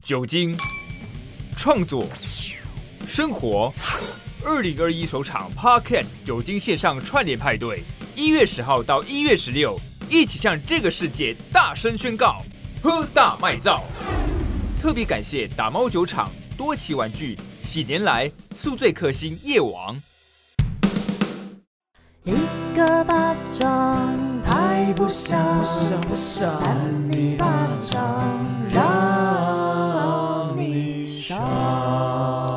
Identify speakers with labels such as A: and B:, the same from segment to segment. A: 酒精、创作、生活。二零二一首场 Podcast 酒精线上串联派对，一月十号到一月十六，一起向这个世界大声宣告：喝大卖造！特别感谢打猫酒厂、多奇玩具、喜年来、宿醉克星夜王。
B: 一个巴掌拍不响，三你巴掌让你响。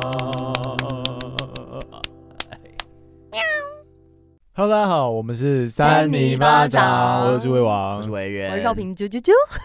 C: Hello，大家好，我们是
B: 三泥巴掌
C: 我是魏王，
D: 我是委员，
B: 我是少平，啾啾啾，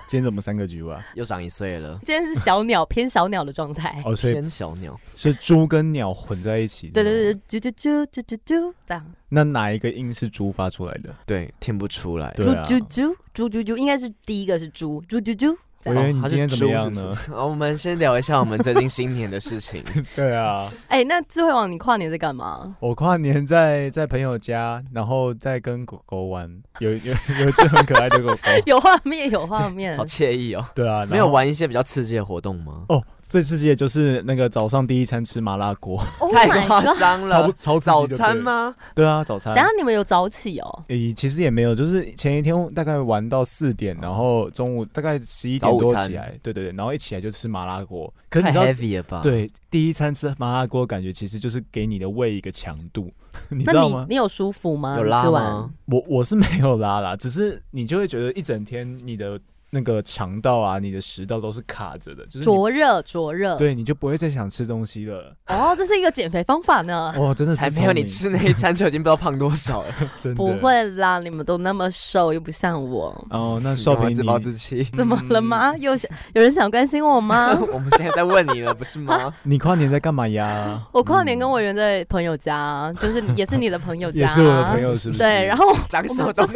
C: 今天怎么三个局啊？
D: 又长一岁了，
B: 今天是小鸟偏小鸟的状态。
C: 哦，所以
D: 天小鸟，
C: 是猪跟鸟混在一起。
B: 对对对，啾啾啾啾啾啾，这样，
C: 那哪一个音是猪发出来的？
D: 对，听不出来。
C: 对
B: 猪
C: 啊
B: 啾啾猪啾啾，应该是第一个是猪，猪啾啾，这
C: 委
B: 样。
C: 员，你
D: 他是
C: 今天怎么
D: 猪
C: 样呢？
D: 哦是不是 哦好我们先聊一下我们最近新年的事 情。
C: 对啊，
B: 哎，那智慧王，你跨年在干嘛？
C: 我跨年在在朋友家，然后在跟狗狗玩，有有 有一只很可爱的狗 狗。
B: 有画面，有画面
D: 好。惬意哦。
C: 对啊，然后
D: 没有。玩一些比较刺激的活动吗？
C: 哦，最刺激的就是那个早上第一餐吃麻辣 锅，
B: Oh
D: 太
B: my
D: 夸
B: god！
D: 张
C: 超
D: 了。
C: 超刺激
D: 啊早
C: 就对
D: 餐
C: 了？
D: 吗？
C: 对啊，早餐
B: 等。下你们有早起哦？
C: 诶、其实也没有，就是前一天大概玩到四点，然后中午大概十一
D: 哦早
C: 点
D: 午
C: 多
D: 餐
C: 起来，对对对，然后一起来就吃麻辣锅。可是
D: 太
C: 你知道，
D: heavy 了吧？，
C: 对，第一餐吃麻辣锅，感觉其实就是给你的胃一个强度， 你
B: 那
C: 知道
B: 你
C: 吗？
B: 你有舒服吗？
D: 有拉
B: 嗯吃完
D: 吗？
C: 我我是没有拉啦，只是你就会觉得一整天你的那个肠道啊，你的食道都是卡着的，就是你
B: 灼热灼热。
C: 对你就不会再想吃东西了。
B: 哦，这是一个减肥方法呢。
C: 哦，真的是
D: 啊才没有！
C: 聪
D: 你
C: 明，
D: 吃那一餐就已经不知道胖多少了，
C: 真的
B: 不。会啦，你们都那么瘦，又不像我，
C: 哦，那 少平
D: 自
C: 你
D: 暴自弃。
B: 怎么了吗？又想有人想关心我 吗？
D: 我们现在在问你了，不 是吗？
C: 你跨年在干 嘛呀？
B: 我跨年跟我原在朋友家， 就是也是你的朋友家，
C: 也是我的朋。友，是不是？
B: 对，然
C: 后
B: 后
D: 讲什么东西？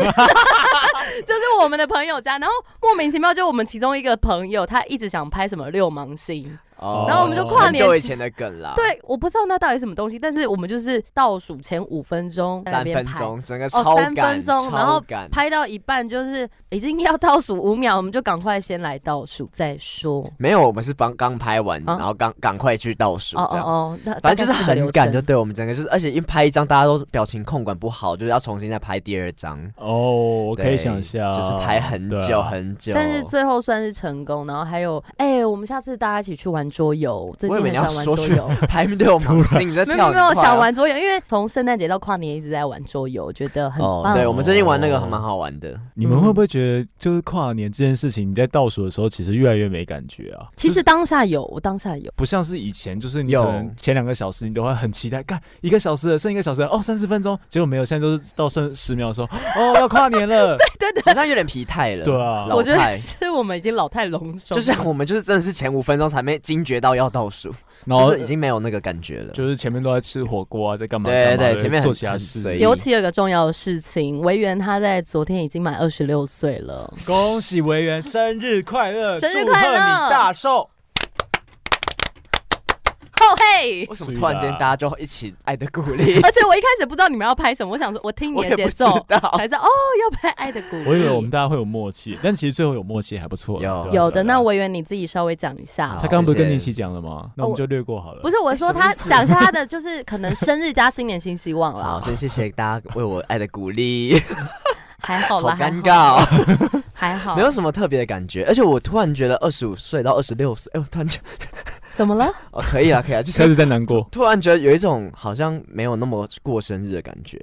B: 就是我们的朋友家，然后莫名其妙就我们其中一个朋友，他一直想拍什么六芒星，
D: 哦
C: 然后我们就
B: 跨
D: 很
B: 年
D: 久以前的梗啦。，
B: 对，我不知道那到底什么东西，但是我们就是倒数前五分钟在那
D: 三
B: 边
D: 分
B: 拍，
D: 钟，整个
B: 哦
D: 超
B: 三
D: 赶，
B: 分钟然后
D: 超赶。
B: 拍到一半就是已经要倒数五秒，我们就赶快先来倒数再说。
D: 没有，我们是帮刚拍完，
B: 啊
D: 然后刚赶快去倒数，
B: 哦
D: 这
B: 哦
D: 样。
B: 哦，那
D: 反正就是
B: 大概这个
D: 很赶，
B: 流程
D: 就对我们整个就是，而且因为拍一张大家都表情控管不好，就是要重新再拍第二张。
C: 哦，我可以
D: 对
C: 想象，
D: 就是拍很
C: 对
D: 久
C: 啊
D: 很久。
B: 但是最后算是成功，然后还有，哎、我们下次大家一起去玩桌游，最
D: 我
B: 近很
D: 以为你 要
B: 想玩
D: 说
B: 桌
D: 去
B: 游。
D: 排六芒星，你在
B: 没有没有
D: 跳很
B: 没有
D: 快啊
B: 想。玩桌游，因为从圣诞节到跨年一直在玩桌游，觉得很
D: 哦，
B: 棒。
D: 对，我们最近玩那个还蛮好玩的，
C: 你们会不会觉得，就是跨年这件事情，你在倒数的时候，其实越来越没感觉啊？
B: 其
C: 就是
B: 实当下有，我当下 有，
C: 不像是以前，就是你
D: 有
C: 可能前两个小时你都会很期待，干一个小时了，剩一个小时了，哦，三十分钟，结果没有，现在都是到剩十秒的时候，哦，要跨年了，
B: 对对
D: 好像有点疲态了。
C: 对啊
D: 老
B: 我觉得
D: 派
B: 是我们已经老态龙钟
D: 就
B: 了，
D: 像我们就是真的是前五分钟才没惊觉到要倒数，
C: 然后
D: 就是已经没有那个感觉了。
C: 就是前面都在吃火锅啊，在干嘛？
D: 对
C: 干嘛
D: 对
C: 的
D: 前面很
C: 做其他
D: 很
C: 事
D: 随意。
B: 尤其有一个重要的事情，维园他在昨天已经满二十六岁了，
C: 恭喜维园生日快乐，
B: 生日
C: 祝贺
B: 快乐
C: 你大寿！
B: 后嘿。
D: 为什么突然间大家就一起爱的鼓励？
B: 而且我一开始不知道你们要拍什么，我想说我听你
D: 我
B: 的
D: 也
B: 节
D: 不知
B: 奏，
D: 道。
B: 才知道哦要拍《爱的鼓励》。
C: 我以为我们大家会有默契，但其实最后有默契还不错啦。
D: 有
C: 对 啊
B: 有的，那
C: 对啊
B: 委员你自己稍微讲一下
C: 他
D: 好
B: 哦。
C: 刚刚不是
D: 谢
C: 跟
D: 谢哦
C: 你一起讲了吗？那我们就略过好了。
B: 不是我说
D: 什么
B: 他
D: 意思
B: 讲一下他的就是可能生日加新年新希望
D: 好，
B: 啦，
D: 先谢谢大家为我爱的鼓励，
B: 还好
D: 好
B: 啦，还
D: 尴尬哦。
B: 还好，
D: 没有什么特别的感觉，而且我突然觉得二十五岁到二十六岁， 哎，我突然就
B: 怎么了？
D: 哦，可以啊，可以啊，就
C: 开
D: 是
C: 始在难过。
D: 突然觉得有一种好像没有那么过生日的感觉，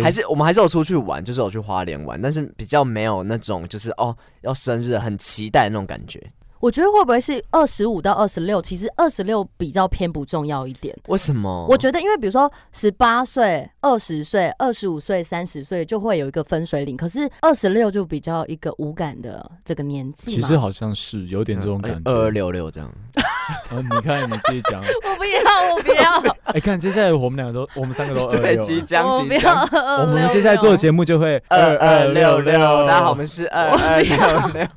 D: 还是我们还是有出去玩，就是有去花莲玩，但是比较没有那种就是哦要生日很期待的那种感觉。
B: 我觉得会不会是二十五到二十六？其实二十六比较偏不重要一点。
D: 为什么？
B: 我觉得，因为比如说十八岁、二十岁、二十五岁、三十岁就会有一个分水岭，可是二十六就比较一个无感的这个年纪嘛。
C: 其实好像是有点这种感觉。
D: 二二六六这样，呃
C: 啊你看你自己 讲，
B: 我不要，我不要，
C: 哎，看接下来我们两个都，我们三个都 二
D: 对，
C: 六
D: 即
C: 了。
D: 将
B: 我
D: 即
B: 不要呃
D: 将。。
C: 我们接下 来做的节目就会
D: 二二六六，大
C: 2266
D: 家好，我们是二二六六。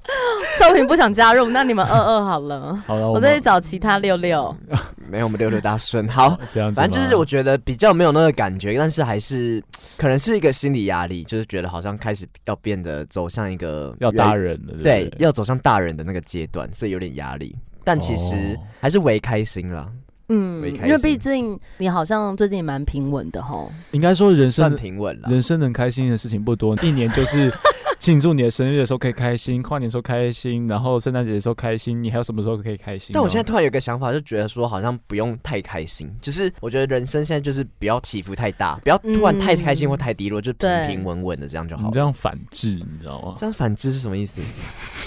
B: 少平不想加入，那你们二二好了。
C: 好了，
B: 我再去
C: 们
B: 找其他六六。
D: 没有，我们六六大顺。好，
C: 这样子吗，
D: 反正就是我觉得比较没有那个感觉，但是还是可能是一个心理压力，就是觉得好像开始要变得走向一个
C: 要
D: 越来
C: 大
D: 越
C: 人了，
D: 对
C: 不，
D: 要走向大人的那个阶段，所以有点压力。但其实
C: 哦
D: 还是为开心啦，
B: 嗯
D: 为，开
B: 因为
D: 心
B: 毕竟你好像最近也蛮平稳的 吼。
C: 应该说人
D: 算
C: 生
D: 平稳啦。
C: 人生能开心的事情不多，一年就是 庆祝你的生日的时候可以开心，跨年的时候开心，然后圣诞节的时候开心，你还有什么时候可以开心呢？
D: 但我现在突然有个想法，就觉得说好像不用太开心，就是我觉得人生现在就是不要起伏太大，不要突然太开心
B: 嗯
D: 或太低落，就
B: 对
D: 平平稳稳的这样就好
C: 你
D: 了。
C: 这样反制，你知道吗？
D: 这样反制是什么意思？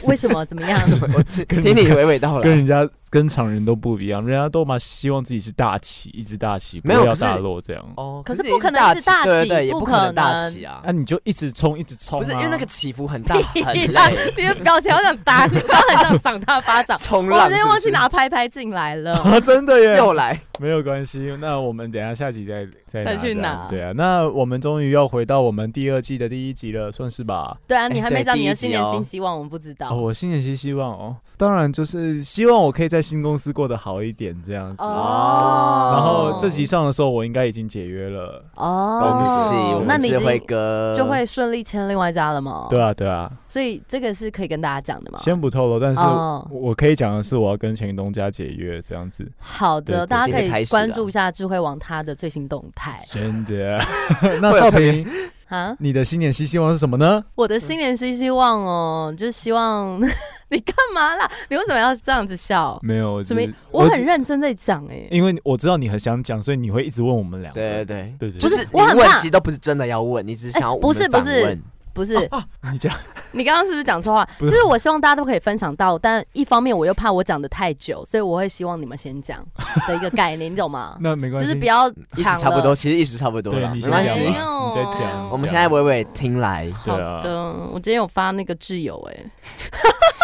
B: 为什么？怎么样？
D: 我 听你娓娓道
C: 跟
D: 来。
C: 人家跟常人都不一样，人家都嘛希望自己是大起，一直大起，不
D: 没有
C: 要
D: 可是
C: 大落这样。
D: 哦，
B: 可是
D: 也
B: 不可能是大
D: 对对
B: 起
D: 对，也
B: 不
D: 不
B: 可
D: 可能大
B: 能
D: 起啊
C: 那、。你就一直冲，一直冲、啊，
D: 不是因为那个起伏 很大，
B: 屁
D: 很
B: 啦
D: 累，
B: 你的表情好想打你，我很想赏他巴 掌。
D: 冲
B: 我
D: 浪。
B: 今天忘记拿拍拍进来 了。
C: 啊，真的 耶，
D: 又来，
C: 没有关系，那我们等一下下集再再
B: 再去
C: 这样
B: 拿
C: 对啊，那我们终于要回到我们第二季的第一集了，算是吧。
B: 对啊，
D: 哎
B: 你还没
D: 对
B: 讲
D: 第
B: 你的
D: 一集
B: 新年
D: 哦
B: 新希望，我们不知道
C: 哦，。我新年新希望哦，当然就是希望我可以在新公司过得好一点这样子。
B: 哦
C: 然后这集上的时候，我应该已经解约了。
B: 哦，
D: 恭喜我
B: 那
D: 们
B: 你已
D: 智慧
B: 经
D: 哥，
B: 就会顺利签另外一家了
D: 哦
B: 吗？
C: 对，啊，对啊，
B: 所以这个是可以跟大家讲的嘛。
C: 先不透露，但是
B: 哦
C: 我可以讲的是，我要跟前东家解约这样子。
B: 好的，
C: 对
B: 大
D: 这
B: 家可
D: 是一个
B: 以
D: 开始
B: 关
D: 啦
B: 注一下智慧王他的最新动态
C: 真的？ 那少平，
B: 啊。
C: 你的新年新希望是什么呢？
B: 我的新年新希望哦，就是希望 你干嘛啦？你为什么要这样子笑？
C: 没有，
B: 什
C: 就
B: 么
C: 是？
B: 我很
C: 只，
B: 认真在讲哎，
C: 因为我知道你很想讲，所以你会一直问我们两个。
D: 对对对。
C: 对对，
B: 不
D: 就是是
B: 我很
D: 你问
B: 怕
D: 其实都不是真的要问，你只是想要
B: 哎不是
D: 我们
B: 不是
D: 反问
B: 不是
C: 对你讲，
B: 你刚刚是不是讲错话？
C: 不？
B: 就是是我希望大家都可以分享到，但一方面我又怕我讲的太久，所以我会希望你们先讲的一个概念，你懂吗
C: 那 没
B: 就
C: 关系，
B: 是不要
D: 意
B: 长
D: 思
B: 了，
D: 差不多，其实意思差不多
C: 对啊
D: 了，没
C: 你先
D: 关
C: 讲
D: 系。
C: 吧，你再讲。
D: 我们现在娓娓听来，
B: 好
C: 对啊
B: 的，我今天有发那个挚友哎、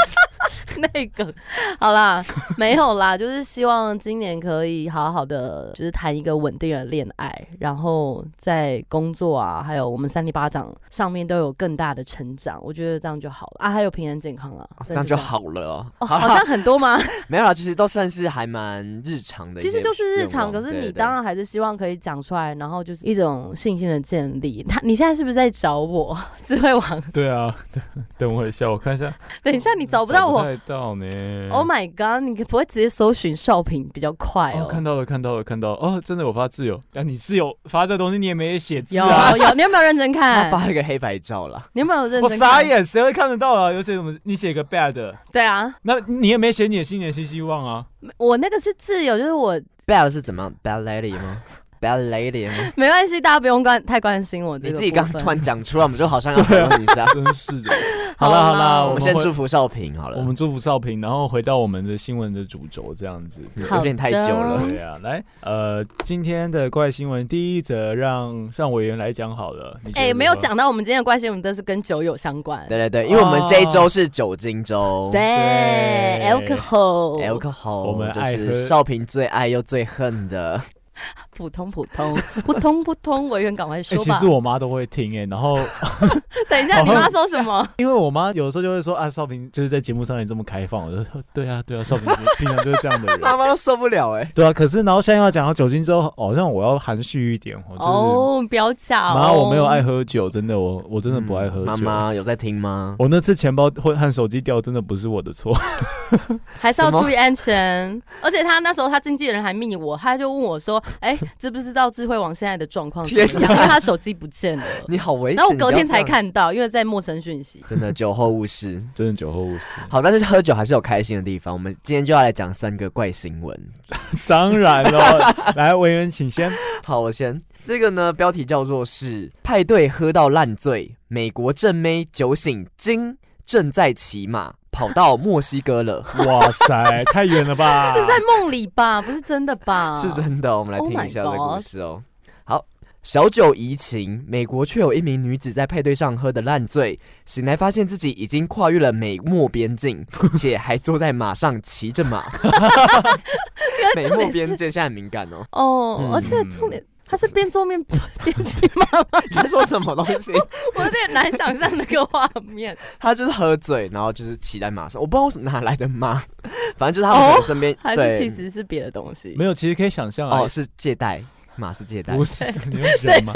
B: 那个好啦，没有啦，就是希望今年可以好好的，就是谈一个稳定的恋爱，然后在工作啊，还有我们三里巴掌上面都有更大的成长，我觉得这样就好了啊，还有平安健康啊，
D: 这样就。好了哦。
B: 哦，
D: 好
B: 好
D: 了，
B: 像很多 吗？
D: 没有啦，其实都算是还蛮日常的一
B: 其
D: 些
B: 实
D: 愿望，
B: 就是日常，可是
D: 对
B: 你
D: 对
B: 当然还是希望可以讲出来，然后就是一种信心的建立。他，你现在是不是在找我？ 智慧王，
C: 对啊，对等我一下，我看一下，
B: 等一下你找不到我，
C: 太到呢。
B: Oh my god！你不会直接搜寻少平比较快哦？
C: 哦看到了，看到了，看到了！哦，真的，我发自由。啊，你是有发这东西，你也没写字
B: 有
C: 啊？
B: 有，你有没有认真
D: 他
B: 看？
D: 发了个黑白照啦，
B: 你有没有认
C: 我
B: 真看？
C: 傻眼，谁会看得到啊？尤其什么，你写个 bad，
B: 对啊，
C: 那你也没写你的新年新希望啊？
B: 我那个是挚友，就是我
D: bad 是怎么样？bad lady 吗？bad lady 吗？
B: 没关系，大家不用关太关心 我这
D: 你
B: 个部
D: 自
B: 分。啊
D: 己刚突然讲出来，我们就好 像要讨论一 下。
C: 真是的。好啦
B: 好
C: 好
B: 啦
C: 啦，
B: 我
D: 我
C: 们
D: 们先
C: 回
D: 祝福少平好了，
C: 我们祝福少平，然后回到我们的新闻的主轴这样子。对
B: 好
D: 有点太久
B: 的
D: 了。
C: 对啊，来，呃，今天的怪新闻第一则让让委员来讲好了。你觉得
B: 哎，没有
C: 如何。
B: 讲到我们今天的关系，我们都是跟酒有相关。
D: 对对对，因为我们这一周是酒精周。
B: 对
C: 对
B: ，alcohol，
D: alcohol，
C: 我们
D: 就
C: 爱喝
D: 是少平最爱又最恨的，
B: 普通普通 普通普通，委员赶快
C: 哎、
B: 说
C: 其
B: 吧
C: 实。我妈都会听哎、然 后
B: 等一下，你妈说什么？
C: 因为我妈有时候就会说啊，少平就是在节目上也这么开放，我就说对啊对啊，少平平平常就是这样的 人。
D: 妈都受不了哎。
C: 对啊，可是然后现在要讲到酒精之后，哦好像我要含蓄一点哦，就是。
B: 哦，不要讲。
C: 然后我没有爱喝酒，真的，我 我真的不爱喝酒。
D: 嗯妈妈有在听吗？
C: 我那次钱包或和手机掉，真的不是我的错。
B: 还是要
D: 什么
B: 注意安全。而且他那时候他经纪人还密我，他就问我说：“哎、知不知道智慧王现在的状况怎么样？
D: 天哪
B: 因为他手机不见了。
D: 你好危险！
B: 然后我隔天才
D: 你不要
B: 看到，因为在陌生讯息。
D: 这样，真的酒后误事。
C: 真的酒后误事。
D: 好，但是喝酒还是有开心的地方。我们今天就要来讲三个怪新闻。
C: 当然了， 来委员请先。
D: 好，我先这个呢，标题叫做是派对喝到烂醉，美国正妹酒醒惊正在骑马跑到墨西哥了，
C: 哇塞，太远了吧？
B: 这是在梦里吧？不是真的吧？
D: 是真的。我们来
B: 啊 Oh
D: 听
B: my
D: 一下这个故事哦。好，小酒怡情，美国却有一名女子在派对上喝得烂醉，醒来发现自己已经跨越了美墨 边境，且还坐在马上骑着马。美墨边境现在很敏感 哦。
B: 哦，
D: 嗯
B: 而且重点。他是边做面 边骑马吗？
D: 他说什么东西？
B: 我有点难想象那个画面。
D: 他就是喝醉，然后就是骑在马上，我不知道为什么哪来的马，反正就是他们可能身边、
B: 哦还是
D: 对哦
B: 其实是别的东西
C: 没？有，其实可以想象啊
D: 哦，是借贷，马是借贷
C: 不，是你用人吗？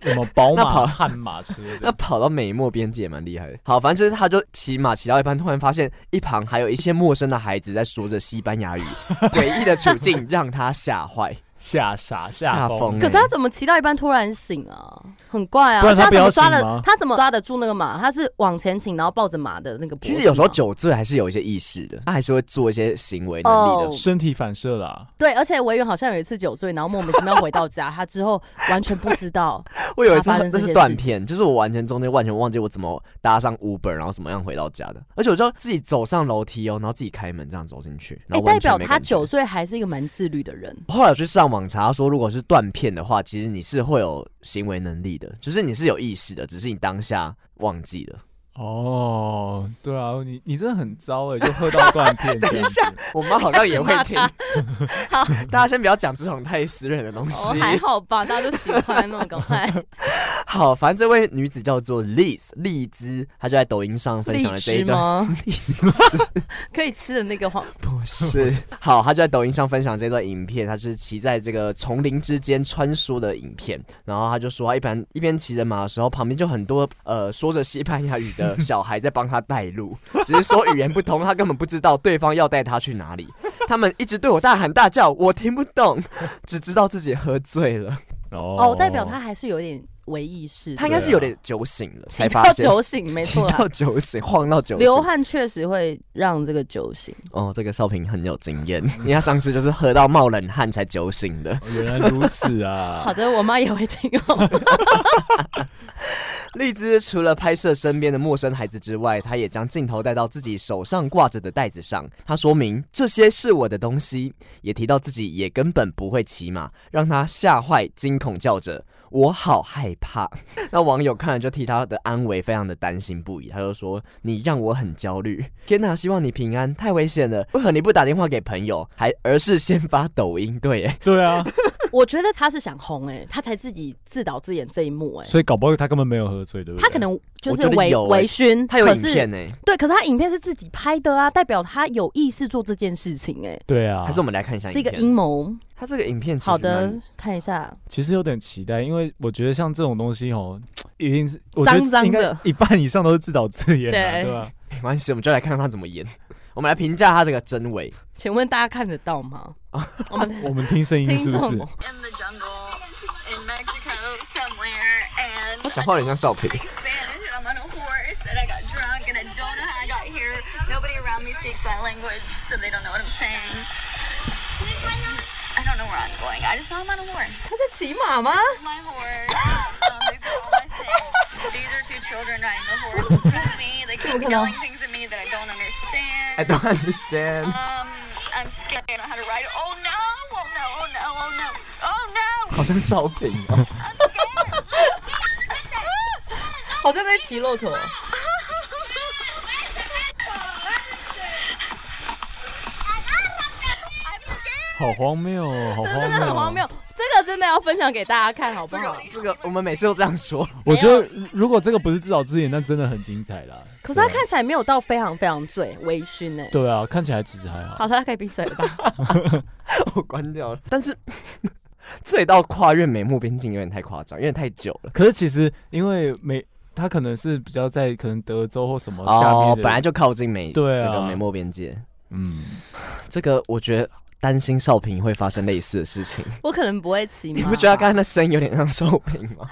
C: 什么宝
D: 那跑
C: 马、悍马之类
D: 那
C: 的。
D: 跑到美墨边界也蛮厉害的。好，反正就是他就骑马骑到一半，突然发现一旁还有一些陌生的孩子在说着西班 牙语，诡异的处境让他吓坏。
C: 吓傻
D: 吓
C: 吓
D: 疯
C: 疯
D: 了
B: 可是他怎么骑到一半突然醒啊？很怪啊！
C: 不然他
B: 而且
C: 不
B: 怎
C: 要
B: 么抓
C: 醒
B: 的
C: 吗？
B: 他怎么抓得住那个马？他是往前倾，然后抱着马的那个脖子
D: 其
B: 吗。
D: 实有时候酒醉还是有一些意识的，他还是会做一些行为能力的
B: 哦。
C: 身体反射啦，
B: 对，而且维园好像有一次酒醉，然后莫名其妙回到家，他之后完全不知 道。
D: 我有一次
B: 啊他发生
D: 这
B: 这
D: 是
B: 些
D: 断
B: 事情
D: 片，就是我完全中间完全忘记我怎么搭上 Uber，然后怎么样回到家的，而且我就自己走上楼梯哦，然后自己开门这样走进去，然
B: 哎、
D: 后完
B: 代
D: 全
B: 表
D: 没
B: 他
D: 感觉
B: 酒。醉还是一个蛮自律的 人。
D: 后来我去上网查说，如果是断片的话，其实你是会有行为能力的，就是你是有意识的，只是你当下忘记了。
C: 哦，对啊，你你真的很糟哎，就喝到断片这
D: 等一
C: 样子。
D: 下， 我妈好像也 会
B: 开始
D: 听
B: 骂。好，
D: 大家先不要讲这种太私人的东西。
B: 哦，还好吧，大家都喜欢那种，赶快。
D: 好，反正这位女子叫做 Liz 荔枝，她就在抖音上 分享了这一
B: 荔枝
D: 段。
B: 吗？
D: 荔
B: 可以吃的那个黄，
D: 不是，好，他就在抖音上分享这段影片，他就是骑在这个丛林之间穿梭的影片，然后他就说，他哎一般一边骑着马的时候，旁边就很多呃说着西班牙语的小孩在帮他带路， 只是说语言不通，他根本不知道对方要带他去哪里。他们一直对我大喊大叫，我听不懂，只知道自己喝醉了。
B: 哦，代表他还是有点微意识的，
D: 他应该是有点酒醒 了，才
B: 醒
D: 发
B: 到
D: 现。
B: 酒醒，没
D: 骑
B: 错啦
D: 到。酒醒，晃到 酒醒。
B: 流汗确实会让这个酒醒，
D: 哦，这个少平很有经 验，因为他上次就是喝到冒冷汗才酒醒的。
C: 哦原来如此啊。
B: 好的，我妈也会听哦。
D: 荔枝除了拍摄身边的陌生孩子之外，他也将镜头带到自己手上挂着的袋子上。他说明这些是我的东西，也提到自己也根本不会骑马，让他吓坏，惊恐叫着。我好害 怕。那网友看了就替他的安危非常的担心不已，他就说：“你让我很焦虑，天哪，希望你平安，太危险 了。为何你不打电话给朋友，还而是先发抖音？对，哎
C: 对啊，
B: 我觉得她是想红哎、她才自己自导自演这一幕哎、
C: 所以搞不好他根本没有喝醉，对不对？
B: 她可能就
D: 啊我觉
B: 是
D: 得
B: 微
D: 有欸
B: 微醺，
D: 他 有
B: 可
D: 影
B: 是
D: 片哎，
B: 对，可是她影片是自己拍的啊，代表她有意识做这件事情哎、
C: 对啊，
D: 还是我们来看一下
B: 是一
D: 影
B: 个
D: 片。
B: 阴谋。
D: 他这个影片其实
B: 好
D: 蛮
B: 的，看一下，
C: 其实有点期待，因为我觉得像这种东西哦，一定是我觉
B: 脏脏
C: 得
B: 的
C: 应该一半以上都是自导自演、啊，
B: 对
C: 对吧？
D: 没关系，我们就来看看他怎么演。我们来评价他这个真伪。
B: 请问大家看得到 吗？我们
C: 我们听声音是不
B: 听
C: 是
B: 众？
E: in the jungle in Mexico somewhere and
D: 讲话有点像少平
E: Spanish and I'm on a horse and I got drunk and I don't know how I got here. Nobody around me speaks my language, so they don't know what I'm saying. I don't know where I'm going. I just know I'm on a horse.
B: 他在骑马吗？
E: My horse. Um, these are all my things. These are two children riding the horse in front of me. They keep yelling things at me that I don't understand.
D: I don't understand。
E: Um, I'm scared. I don't know how to ride. Oh no! Oh no! Oh no! Oh no! Oh no!
D: 好像少平哦。
B: 好像在骑骆驼。
C: 好荒谬哦，好
B: 这
C: 荒
B: 个
C: 谬、
B: 很荒谬。，这个真的要分享给大家看，好不
D: 这
B: 好
D: 个？这个，我们每次都这样说。
C: 我觉得如果这个不是自导自演，那真的很精彩啦。
B: 哎可是他看起来没有到非常非常醉，微醺呢、
C: 对啊，看起来其实还好。
B: 好，大家可以闭嘴了吧？
D: 我关掉了。但是醉到跨越美墨边境有点太夸张，有点太久了。
C: 可是其实因为美，他可能是比较在可能德州或什么下面
D: 哦，
C: 的
D: 本来就靠近美，
C: 对啊
D: 那个美墨边界。
C: 嗯，
D: 这个我觉得担心少平会发生类似的事情。
B: 我可能不会骑马。
D: 你不觉得他刚才那声音有点像少平吗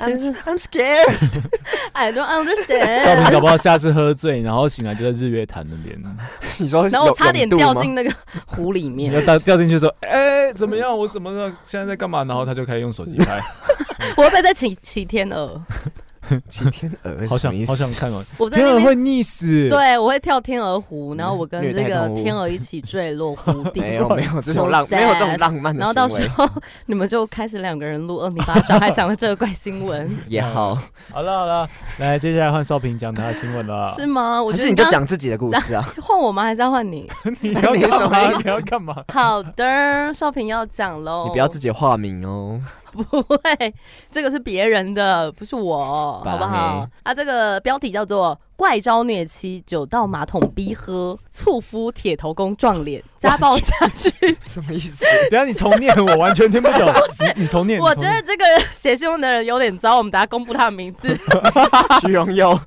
D: ？I'm I'm scared。
B: I don't
C: 少平
B: understand。
C: 搞不好下次喝醉，然后醒来就在日月潭那边，
D: 你说
B: 然后我
D: 有
B: 差点
D: 有度
B: 掉
D: 吗
B: 进那个湖里面
C: 你要，掉掉进去说，哎、怎么样？我怎么了？现在在干嘛？然后他就开始用手机拍，
B: 我会不会在骑骑天鹅？
D: 齐天鹅，什
C: 好
D: 么
C: 想
D: 意思
C: 好想看哦，
B: 我在
C: 天
B: 那
C: 鹅
B: 边，
C: 会溺死。
B: 对我会跳天鹅湖，然后我跟
D: 虐待
B: 这个
D: 动物
B: 天鹅一起坠落湖底。
D: 没有没有这种
B: So
D: 浪没有这种
B: sad
D: 浪漫的
B: 然后到
D: 行为
B: 时候你们就开始两个人录二零八章，还讲了这个怪新 闻，
D: 也好，
C: 好了好了，来接下来换少平讲他的新闻 了。
B: 是吗？我
D: 还
B: 觉得
D: 是你就
B: 刚
D: 讲自己的故事啊？
B: 换我吗？还是要换你？
C: 你 要
D: 你什么意
C: 干嘛？
D: 思
C: 你要干嘛？
B: 好的，少平要讲喽。
D: 你不要自己化名哦。
B: 不会，这个是别人的，不是我，
D: 把
B: 好不好
D: 妹？
B: 啊，这个标题叫做“怪招虐妻，酒到马桶逼喝，醋夫铁头功撞脸，家暴家具”。
D: 什么意思？
C: 等一下你重念，我完全听 不懂。你你重念，
B: 我觉
C: 你重念
B: 得这个 写信用的人有点糟，我们等下公布他的名字，
D: 徐荣佑，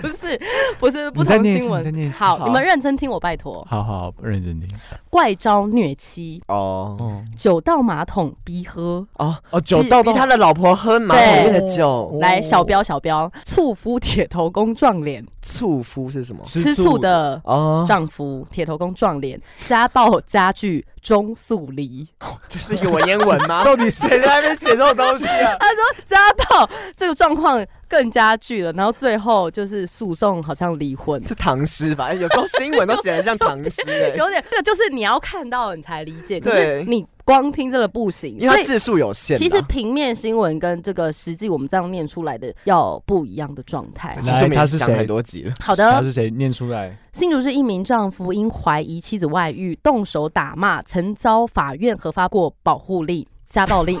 B: 不是，不是不
C: 你再
B: 同
C: 念一次
B: 新
C: 你再念一
B: 闻。
C: 次
B: 好，
D: 好
B: 你们认真听我，拜托。
C: 好好认真听。
B: 怪招虐妻，
D: 哦
C: 哦
B: 酒到马桶逼喝。
D: 哦，
C: 哦，酒到
D: 逼
C: 到
D: 逼他的老婆喝马桶里面的酒，
B: 来，
C: 哦
B: 小标小标，醋夫铁头功撞脸，
D: 醋夫是什么？
B: 吃醋的
D: 哦，
B: 丈夫铁头功撞脸，家暴家具中速离。
D: 这是一个文言文吗？
C: 到底谁在那边写这种东西 啊？
B: 他说家暴这个状况更加剧了，然后最后就是诉讼，好像离 婚。
D: 是唐诗吧？有时候新闻都写得像唐诗哎，
B: 有点，这个就是你要看到你才理解，可
D: 对
B: 是你光听真的不行，
D: 因为
B: 所
D: 它
B: 以
D: 字数有限啊。
B: 其实平面新闻跟这个实际我们这样念出来的要不一样的状态。
D: 其实我们
C: 来他
D: 也
C: 是
D: 讲
C: 谁
D: 很多集 了，
B: 好
C: 他
B: 的，
C: 是谁念出来？
B: 新竹市一名丈夫因怀疑妻子外遇，动手打骂，曾遭法院核发过保护令。家暴令，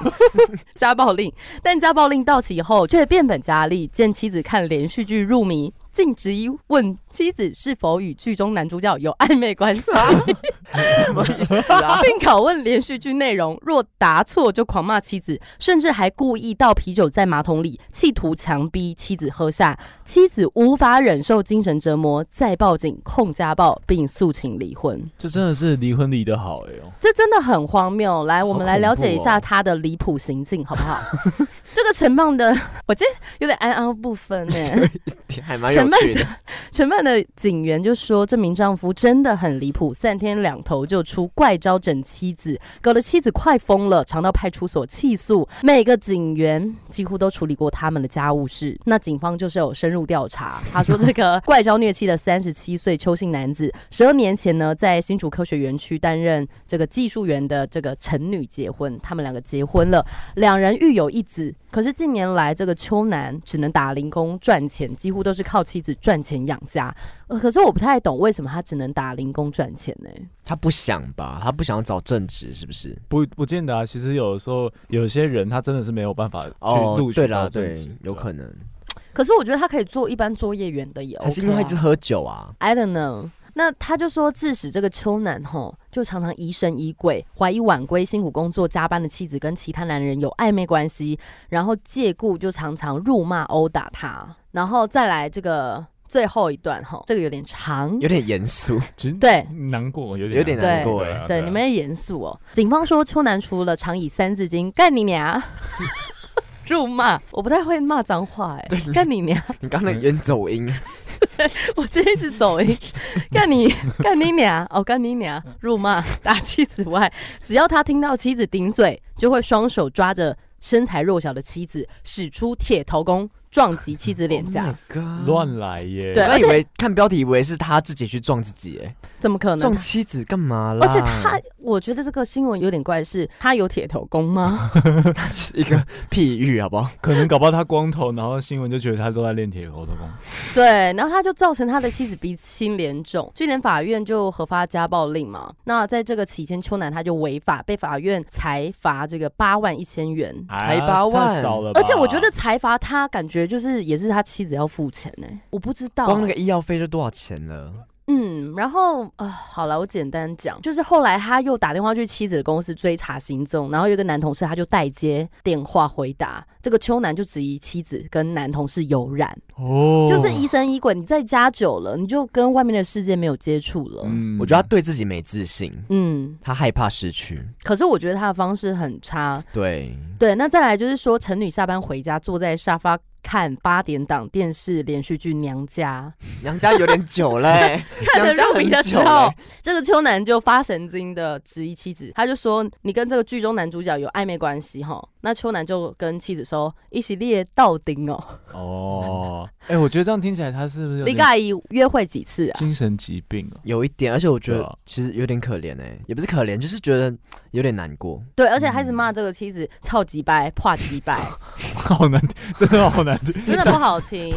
B: 家暴令，但家暴令到期以后却变本加厉，见妻子看连续剧入迷，竟质疑问妻子是否与剧中男主角有暧昧关系。
D: 什么意思啊？
B: 并拷问连续剧内容，若答错就狂骂妻子，甚至还故意倒啤酒在马桶里，企图强逼妻子喝下。妻子无法忍受精神折磨，再报警控家暴，并诉请离婚。
C: 这真的是离婚离得好哎呦！
B: 这真的很荒谬。来，我们来了解一
D: 好
B: 下
D: 恐哦
B: 他的离谱行径，好不好？ 这个陈胖的， 我今天有点安安不分欸呢、
D: 还蛮有趣的。
B: 承办的警员就说，这名丈夫真的很离谱，三天两头就出怪招整妻子，搞得妻子快疯了，常到派出所起诉。每个警员几乎都处理过他们的家务事。那警方就是有深入调查，他说这个怪招虐妻的三十七岁邱姓男子，十二年前呢在新竹科学园区担任这个技术员的这个陈女结婚，他们两个结婚了，两人育有一子。可是近年来，这个秋男只能打零工赚钱，几乎都是靠妻子赚钱养家。呃，可是我不太懂为什么他只能打零工赚钱呢、
D: 他不想吧？他不想找正职，是不是？
C: 不不见得啊，其实有的时候有些人他真的是没有办法去
D: 哦
C: 录，取
D: 对
C: 到
D: 啦，
C: 正
D: 对
C: 职，
D: 有可
C: 能。
D: 能。
B: 可是我觉得他可以做一般作业员的也 OK、啊。
D: 还是因为他一直喝酒啊？
B: I don't know。那他就说，致使这个秋男吼，就常常疑神疑鬼，怀疑晚归辛苦工作加班的妻子跟其他男人有暧昧关系，然后借故就常常辱骂殴打他，然后再来这个最后一段吼，这个有点长，
D: 有点严 肃，
C: 其实
B: 对，
C: 难过，有点
D: 有点难
B: 对
D: 过
C: 对
D: 哎。
C: 啊
B: 对，你们也严肃哦。警方说，秋男除了常以三字经干你 娘辱骂，我不太会骂脏话哎、干你娘，
D: 你刚才烟走音，
B: 我这一直走 音，干你干你娘哦，干你娘辱骂打妻子外，只要他听到妻子顶嘴，就会双手抓着身材弱小的妻子，使出铁头功撞击妻子脸颊。
D: 乱。
C: 乱来耶。
B: 对
D: ，Oh 我
B: 而
D: 刚以
B: 且
D: 为看标题以为是他自己去撞自己，哎，
B: 怎么可
C: 哦
B: 能
D: 撞？妻子干嘛啦？
B: 而且他，我觉得这个新闻有点怪是，他有铁头功吗？
D: 他是一 个譬喻，好不好？
C: 可能搞不好他光头，然后新闻就觉得他都在练铁头功。
B: 对，然后他就造成他的妻子鼻青脸肿，去年法院就核发家暴令嘛。那在这个期间，秋楠他就违法，被法院裁罚这个八万一千元。
D: 才八万
C: 哎太少了吧。
B: 而且我觉得裁罚他，感觉就是也是他妻子要付钱呢、我不知道、欸
D: 光那个医药费就多少钱了？
B: 嗯，然后啊、呃好了，我简单讲，就是后来他又打电话去妻子的公司追查行踪，然后有一个男同事他就代接电话回答，这个秋楠就质疑妻子跟男同事有染，
C: 哦，
B: 就是疑神疑鬼，你在家久了，你就跟外面的世界没有接触了。嗯
C: 嗯
D: 我觉得他对自己没自信，他害怕失去。
B: 可是我觉得他的方式很差。
D: 对，
B: 对，那再来就是说，陈女下班回家，坐在沙发看八点档电视连续剧《娘家
D: 娘家有点 久嘞，
B: 看
D: 娘
B: 着
D: 家
B: 入迷
D: 很
B: 的时
D: 久
B: 候
D: 嘞。，
B: 这个秋楠就发神经的质疑妻子，他就说：“你跟这个剧中男主角有暧昧关系哈？”那秋楠就跟妻子说：“一起列到顶哦，
C: 哦，哎，我觉得这样听起来他是不是有
B: 你
C: 点
B: 盖姨约会几次啊
C: 精神疾病啊？
D: 有一点，而且我觉
C: 对
D: 得
C: 啊
D: 其实有点可怜哎，也不是可怜，就是觉得有点难过。？”
B: 对，而且他一直骂这个妻子 “操鸡掰”“破鸡掰
C: 好难听，真的好难听”，
B: ，真的不好听。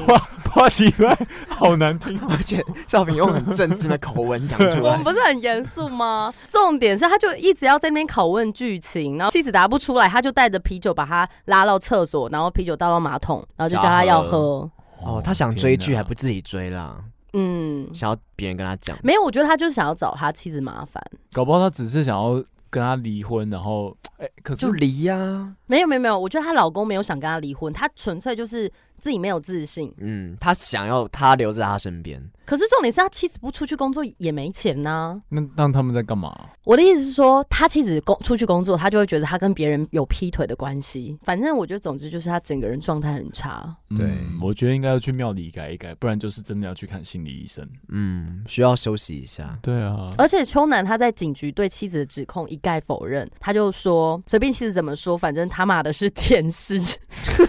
C: 话题外好难听。
D: 而且少平用很正经的口吻讲出
B: 我们
D: 来
B: 不。是很严肃吗？重点是，他就一直要在那边拷问剧情，然后妻子答不出来，他就带着啤酒把他拉到厕所，然后啤酒倒到马桶，然后就叫他要
D: 要
B: 喝。
D: 哦，他想追剧
C: 天哪
D: 还不自己追啦，
B: 嗯，
D: 想要别人跟他讲。
B: 没有，我觉得他就是想要找他妻子麻烦。
C: 搞不好他只是想要跟他离婚，然后哎、可是
D: 就离呀、
B: 没有没有没有，我觉得她老公没有想跟她离婚，她纯粹就是自己没有自信。
D: 嗯，他想要他留在他身边，
B: 可是重点是他妻子不出去工作也没钱呐、
C: 那让他们在干嘛？
B: 我的意思是说，他妻子工出去工作，他就会觉得他跟别人有劈腿的关系。反正我觉得，总之就是他整个人状态很差。
D: 对
C: 嗯我觉得应该要去庙里改一改，不然就是真的要去看心理医生。
D: 嗯，需要休息一下。
C: 对啊，
B: 而且秋楠他在警局对妻子的指控一概否认，他就说随便妻子怎么说，反正他骂的是 电视，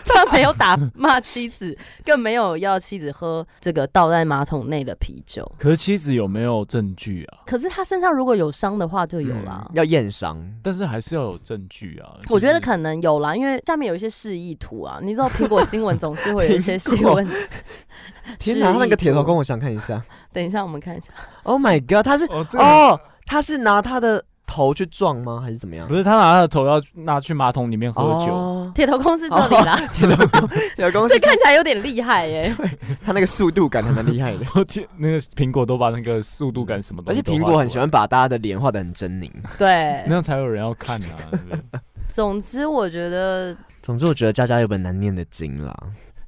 B: 他没有打骂妻子，更没有要妻子喝这个倒在马桶内的啤酒。
C: 可是妻子有没有证据啊？
B: 可是他身上如果有伤的话，就有啦。
D: 嗯要验伤，。
C: 但是还是要有证据啊。
B: 我觉得
C: 就是
B: 可能有啦，因为下面有一些示意图啊，你知道苹果新闻总是会有一些新闻
D: 天哪，他那个铁头
B: 工，
D: 功，我想看一下。
B: 等一下我们看一下，
D: Oh my god，他是
C: 哦，这个
D: 哦，他是拿他的头去撞吗？还是怎么样？
C: 不是他拿他的头要拿去马桶里面喝酒，
D: 哦
B: 铁头公是这里啦，
D: 铁头功，铁头功
B: 这
D: 哦是
B: 看起来有点厉害耶、
D: 他那个速度感还蛮厉害 的，
C: 我天，那个苹果都把那个速度感什么东
D: 而
C: 西
D: 且
C: 都画
D: 苹
C: 出来，
D: 果很喜欢把大家的脸画的很狰狞。
C: 那
B: 对，
C: 样才有人要看啊。对不对
B: 总之我觉得
D: 总之，我觉得家家有本难念的经啦。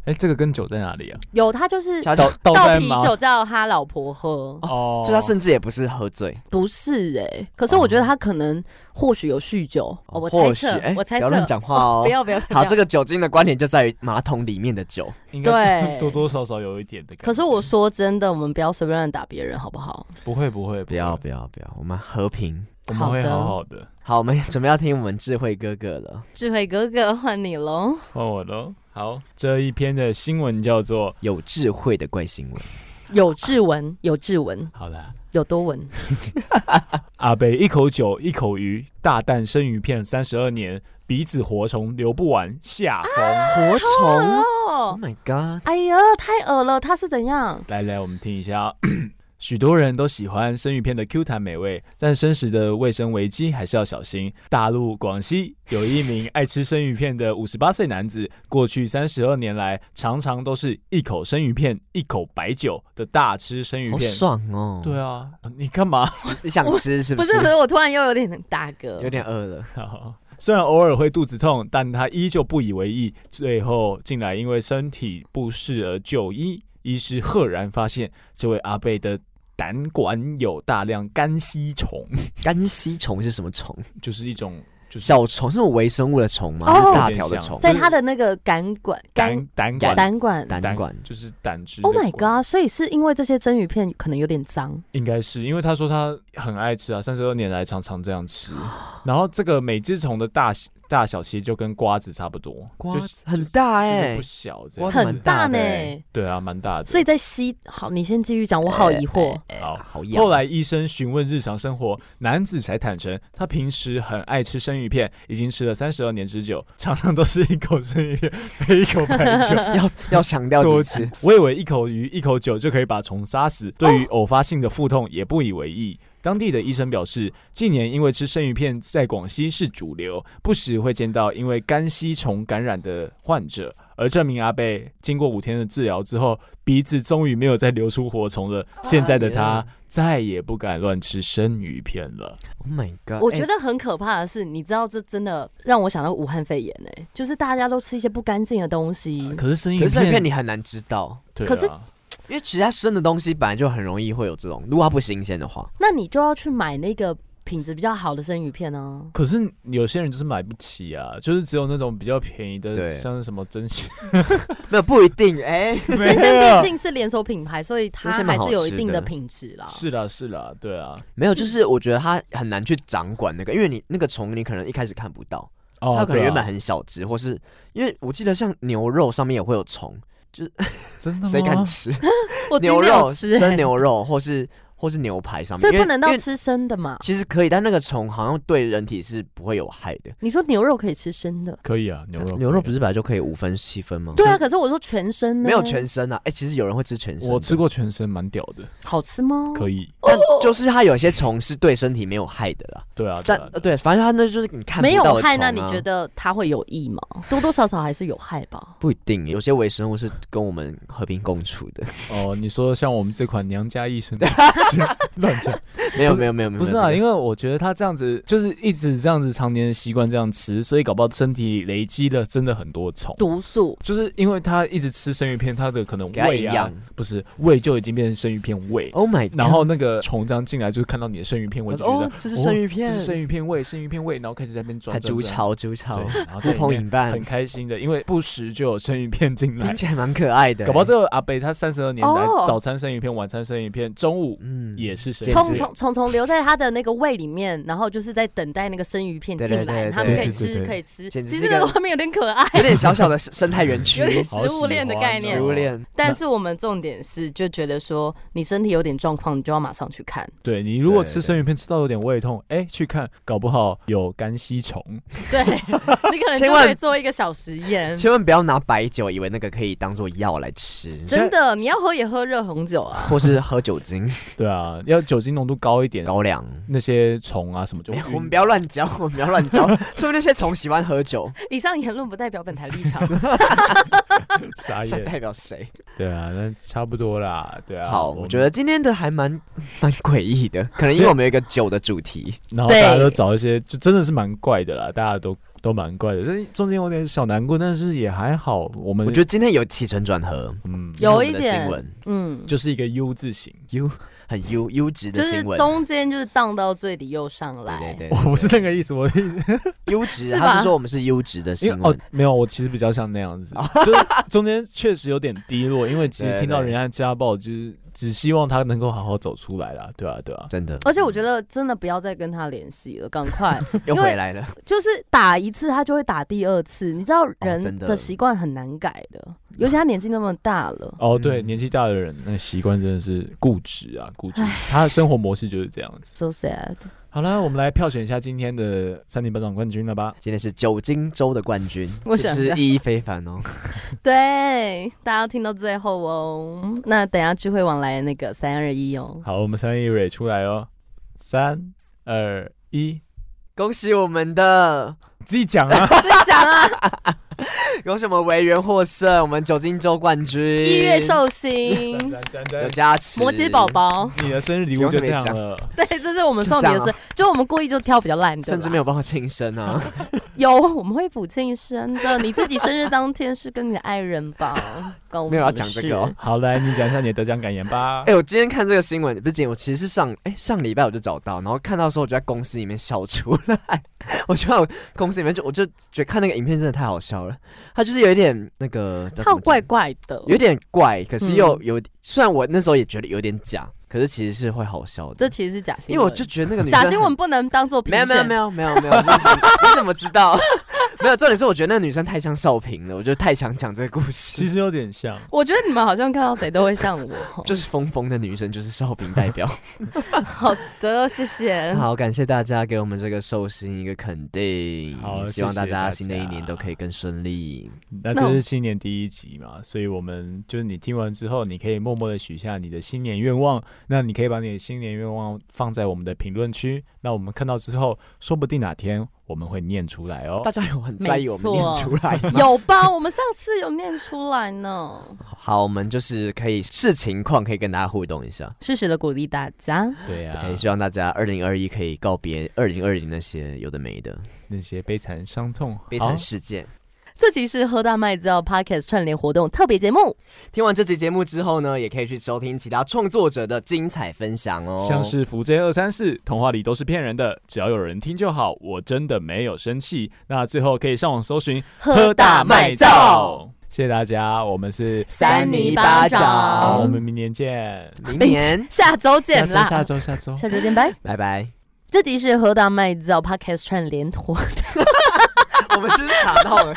C: 哎，这个跟酒在 哪里啊？
B: 有他就是
D: 家家
C: 倒，倒
B: 倒
C: 在
B: 啤
C: 马
B: 酒叫他老婆喝，
C: 哦
D: 所以他甚至也不是喝醉，
B: 不是哎、可是我觉得他可能或许有酗酒，哦、我猜
D: 或许
B: 测，
D: 哎，
B: 我猜
D: 不要
B: 测，
D: 乱讲话哦
B: 不。要不要，不
D: 好，
B: 要
D: 这个酒精的观点就在于马桶里面的酒。
C: 应该
B: 对
C: 多多少少有一点的感觉。
B: 可是我说真的，我们不要随便乱打别人，好不好？
C: 不会不会
D: 不要，不要不要，我们和平。
C: 我们会
B: 好的
C: 好好的。
D: 好，我们准备要听我们智慧哥哥了。
B: 智慧哥哥换你喽。
C: 换我喽。好，这一篇的新闻叫做
D: 有智慧的怪新闻，
B: 有志文，有志文，
C: 好了，
B: 有多文，
C: 阿北一口酒一口鱼，大啖生鱼片三十二年，鼻子活虫流不完，下风。
D: 火虫。
B: 哦
D: Oh，my god！
B: 哎呀，太恶了，他是怎样？
C: 来来，我们听一下哦。 许多人都喜欢生鱼片的 Q 弹美味，但生食的卫生危机还是要小心。大陆广西有一名爱吃生鱼片的五十八岁男子，过去三十二年来，常常都是一口生鱼片，一口白酒的大吃生鱼
D: 好
C: 片。
D: 爽哦。
C: 对啊，你干嘛？
D: 你想吃是
B: 不
D: 是
B: 是？不是，我突然又有点打嗝，
D: 有点饿了。
C: 好虽然偶尔会肚子痛，但他依旧不以为意。最后竟然因为身体不适而就医，医师赫然发现这位阿贝的胆管有大量肝吸虫，
D: 干吸虫是什么虫？
C: 就是一种就是
D: 小虫是那种微生物的虫吗？
B: 哦
D: 还是大条的虫
C: 有点像？
B: 在他的那个胆管、
C: 胆胆管
B: 胆管。
D: 胆管
C: 就是胆汁的
B: Oh my
C: 管
B: god！所以是因为这些蒸鱼片可能有点脏，
C: 应该是因为他说他很爱吃啊，三十二年来常常这 样吃。然后这个每只虫的大小大小其实就跟瓜子差不多，
D: 瓜
C: 就是
D: 子很大
C: 就是
D: 哎
C: 不，小这
D: 瓜
C: 样
D: 子。
B: 很
D: 蛮大
B: 呢
D: 的欸。
C: 对啊，蛮大的。
B: 所以在吸，好，你先继续讲，我好疑惑。
C: 好。
D: 好痒。
C: 后来医生询问日常生活，男子才坦诚，他平时很爱吃生鱼片，已经吃了三十二年之久，常常都是一口生鱼片 配一口白酒。
D: 要要强调几
C: 多
D: 次？
C: 我以为一口鱼一口酒就可以把虫杀死，对于
D: 哦
C: 偶发性的腹痛也不以为意。当地的医生表示，近年因为吃生鱼片在广西是主流，不时会见到因为肝吸虫感染的患者。而这名阿贝经过五天的治疗之后，鼻子终于没有再流出活虫了。现在的
D: 哎
C: 他再也不敢乱吃生鱼片了。
D: Oh my god！
B: 我觉
D: 欸
B: 得很可怕的是，你知道这真的让我想到武汉肺炎哎、就是大家都吃一些不干净的东西。
C: 呃可是生鱼
D: 可是生鱼片
C: 片，
D: 你很难知道，
C: 对
B: 可是
C: 啊
D: 因为其实它生的东西本来就很容易会有这种，如果它不新鲜的话，
B: 那你就要去买那个品质比较好的生鱼片哦、
C: 可是有些人就是买不起啊，就是只有那种比较便宜
D: 对
C: 的，像是什么 真鲜，
D: 那不一定哎。
B: 真鲜毕竟是连锁品牌，所以它
D: 真鲜
B: 还
D: 蛮好
B: 是
D: 吃的
B: 有一定的品质
D: 啊
B: 啦。
C: 是啦是啦，对啊，
D: 没有，就是我觉得它很难去掌管那个，因为你那个虫你可能一开始看不到，
C: 哦
D: 它可能
C: 对啊
D: 原本很小只，或是因为我记得像牛肉上面也会有虫，
C: 真的吗？哦
D: 谁敢吃？
B: 我今
D: 牛
B: 天有
D: 肉
B: 吃、
D: 生
B: 欸，
D: 牛肉，或是或是牛排上面，
B: 所以
D: 因为
B: 不能到。
D: 因为
B: 吃生的嘛。
D: 其实可以，但那个虫好像对人体是不会有害的。
B: 你说牛肉可以吃生的，
C: 可以啊，牛肉
D: 牛肉不
C: 是
D: 是本来就可以五分七分吗？
B: 对啊，可欸是我说全身呢，
D: 没有全身啊。哎、其实有人会吃全身，
C: 我吃，过全身，蛮屌的，
B: 好吃吗？
C: 可以。
D: 但
B: 哦
D: 就是它有些虫是对身体没有害的啦。
C: 对啊，
D: 但
C: 啊
D: 呃对，反正它那就是你看不
B: 没有
D: 到的
B: 害，那你
D: 虫啊
B: 觉得它会有益吗？多多少少还是有害吧。
D: 不一定，有些微生物是跟我们和平共处 的。
C: 哦，你说像我们这款娘家医生 乱讲，
D: 没有没有没有没有，
C: 不是啊，
D: 没有这个
C: 因为我觉得他这样子就是一直这样子常年习惯这样吃，所以搞不好身体累积了真的很多虫。
B: 毒素
C: 就是因为他一直吃生鱼片，他的可能
D: 给它
C: 胃
D: 营
C: 啊
D: 养，
C: 不是胃就已经变成生鱼片胃，
D: Oh my，
C: 然后那个虫这样进来就看到你的生鱼片
D: 我
C: 味，就
D: 说
C: 觉
D: 哦
C: 得，
D: 这是生鱼
C: 这
D: 片，
C: 是生鱼片味，生鱼片味，然后开始在那边转
D: 还
C: 转
D: 竹
C: 转
D: 巢竹巢，
C: 对，然后
D: 呼
C: 在
D: 朋
C: 里面
D: 引伴
C: 很，开心的，因为不时就有生鱼片进来
D: 听，起来蛮可爱的。
C: 搞不好这个阿北他三十二年来
B: 哦
C: 早餐生鱼片，晚餐生鱼片，中午
D: 嗯
C: 也是生鱼
D: 简
B: 虫
D: 直
B: 虫虫虫留在它的那个胃里面，然后就是在等待那个生鱼片
D: 对
B: 进
D: 对对
B: 来，
D: 对
B: 它们可以
C: 对对对
B: 吃，
C: 对
B: 可以吃。
D: 简直
B: 其
D: 是
B: 实
D: 一
B: 那
D: 个
B: 个画面有点可爱，
D: 有点小小的生态园区
B: 有，点食
C: 好喜
B: 物链的
C: 欢
B: 概
C: 哦
B: 念
D: 食。物链。
B: 但是我们重点是，就觉得说你身体有点状况，你就要马上去 看。
C: 对你如果
D: 对
C: 吃
D: 对
C: 生鱼片吃到有点胃痛，哎，去看，搞不好有肝吸虫。
B: 对你可能
D: 千
B: 就
D: 万
B: 得做一个小实验。
D: 千万不要拿白酒，以为那个可以当做药来吃，
B: 真的，你要喝也喝热红酒啊。
D: 或是喝酒 精、
C: 对啊，要酒精浓度高一点，
D: 高粱。
C: 那些虫啊什么就
D: 没
C: 会
D: 有，
C: 晕
D: 我们不要乱 教，我们不要乱教。说明那些虫喜欢喝酒，
B: 以上言论不代表本台立 场。
C: 傻
D: 那
C: 眼。
D: 代表谁？
C: 对啊，那差不多啦。对啊，
D: 好，我觉得今天的还蛮 蛮诡异的，可能因
C: 这
D: 为我们有一个酒的主题。
C: 然后大家
B: 对
C: 都找一些，就真的是蛮怪的啦，大家都都蛮怪的，但是中间有点小难过，但是也还好。我们
D: 我觉得今天有起承转合，
C: 嗯，
B: 有一
D: 因为我们的
B: 点
D: 新闻
B: 嗯，
C: 就是一个 U 字 形。
D: 优很优优质的
B: 就是
D: 新闻，
B: 中间就是荡到最底又上
D: 对对
B: 来。
D: 对，
C: 我不是那个意思，我的意思
D: 优质
B: 是
D: 的，他是
B: 吧
D: 说我们是优质的
C: 因
D: 新
C: 为哦
D: 闻，
C: 没有，我其实比较像那样子， 就是中间确实有点低落，因为其
D: 对
C: 实听到
D: 对
C: 人家家暴，就是只希望他能够好好走出来啦，对啊对啊，
D: 真的
B: 而且我觉得真的不要再跟他联系了，赶快，
D: 又
B: 因为
D: 回来了。
B: 就是打一次他就会打第二次，你知道
D: 哦真
B: 人
D: 的
B: 的习惯很难改的，尤其他年纪那么大了。
C: 哦对，
D: 嗯
C: 年纪大的人那习惯真的是固执啊固执，他的生活模式就是这样子。
B: So sad，
C: 好了，我们来票选一下今天的三点班长冠军了吧？
D: 今天是酒精周的冠军，
B: 我
D: 是不
B: 想
D: 是
B: 一下
D: 意义非凡哦？
B: 对，大家听到最后哦。那等一下聚会往来那个三二一 哦，
C: 好，我们三一蕊出来哦，三二一，
D: 恭喜我们的，
C: 自己讲啊！
B: 最想啊，
D: 恭喜我们维园获胜，我们酒精周冠军，
B: 一月寿星，
C: 赞赞赞
D: 有
C: 赞！
D: 加持，
B: 摩羯宝， 宝，
C: 你的生日礼物就这样了，
B: 对，这是我们送你的
D: 就这啊
B: 生，就我们故意就挑比较烂的啦，
D: 甚至没有帮我庆生啊！
B: 有，我们会补庆生的。你自己生日当天是跟你的爱人吧？ 关我
D: 没
B: 们
D: 有要
B: 什么
D: 讲这
B: 事
D: 个哦。
C: 好来，你讲一下你的得奖感言吧。
D: 哎、我今天看这个新闻，不是今天，我其实是上哎、上礼拜我就找到，然后看到的时候我就在公司里面笑出来。 我觉得我公司里面就我就觉得看那个影片真的太好笑了，它就是有一点那个，叫
B: 他
D: 怎么
B: 怪嗯
D: 讲
B: 怪的，
D: 有点怪，可是又有，虽然我那时候也觉得有点假，可是其实是会好笑
B: 这
D: 的，
B: 其实是假新闻。
D: 因为我就觉得那个女生
B: 假
D: 很
B: 新闻不能当做评
D: 没有没有
B: 选
D: 没有没有没有，你怎么你怎么知道？ 没有，重点是我觉得那个女生太像少平了，我觉得太想讲这个故
C: 其
D: 事。
C: 实有点像，
B: 我觉得你们好像看到谁都会像 我。
D: 就是疯疯的女生，就是少平代表。
B: 好的，谢
C: 嗯
B: 谢。
D: 好，感谢大家给我们这个寿星一个肯定，
C: 好
D: 希望
C: 谢谢
D: 大
C: 大
D: 家
C: 家
D: 新的一年都可以更顺利。
C: 那这是新年第一集嘛，所以我们就是你听完之后，你可以默默的许下你的新年愿望。那你可以把你的新年愿望放在我们的评论区，那我们看到之后，说不定哪天我们会念出来哦
D: 大。家有很在意我们念出来吗？
B: 有吧？我们上次有念出来呢。
D: 好，我们就是可以视情况可以跟大家互动一下。
B: 适时的鼓励大家，
C: 对 啊
D: 对，，希望大家二零二一可以告别二零二零那些有的没的
C: 那些悲惨伤痛，
D: 悲
C: 好
D: 惨事件。
B: 这集是喝大麦知道 Podcast 串联活动特别节目。
D: 听完这期节目之后呢，也可以去收听其他创作者的精彩分享哦。
C: 像是福 J 二三四童话里都是骗人的，只要有人听就好，我真的没有生气。那最后可以上网搜寻
B: 喝大麦
C: 造
B: 造，
C: 谢谢大家，我们是，
B: 三泥巴
C: 好，我
B: 掌
C: 们明年见，
D: 明
C: 哎
D: 年
B: 下周
C: 下
B: 见
C: 周
B: 啦！
C: 下周下周。
B: 下周见，拜。
D: 拜拜。
B: 这集是喝大麦知道 Podcast 串联活
D: 我们是卡到了。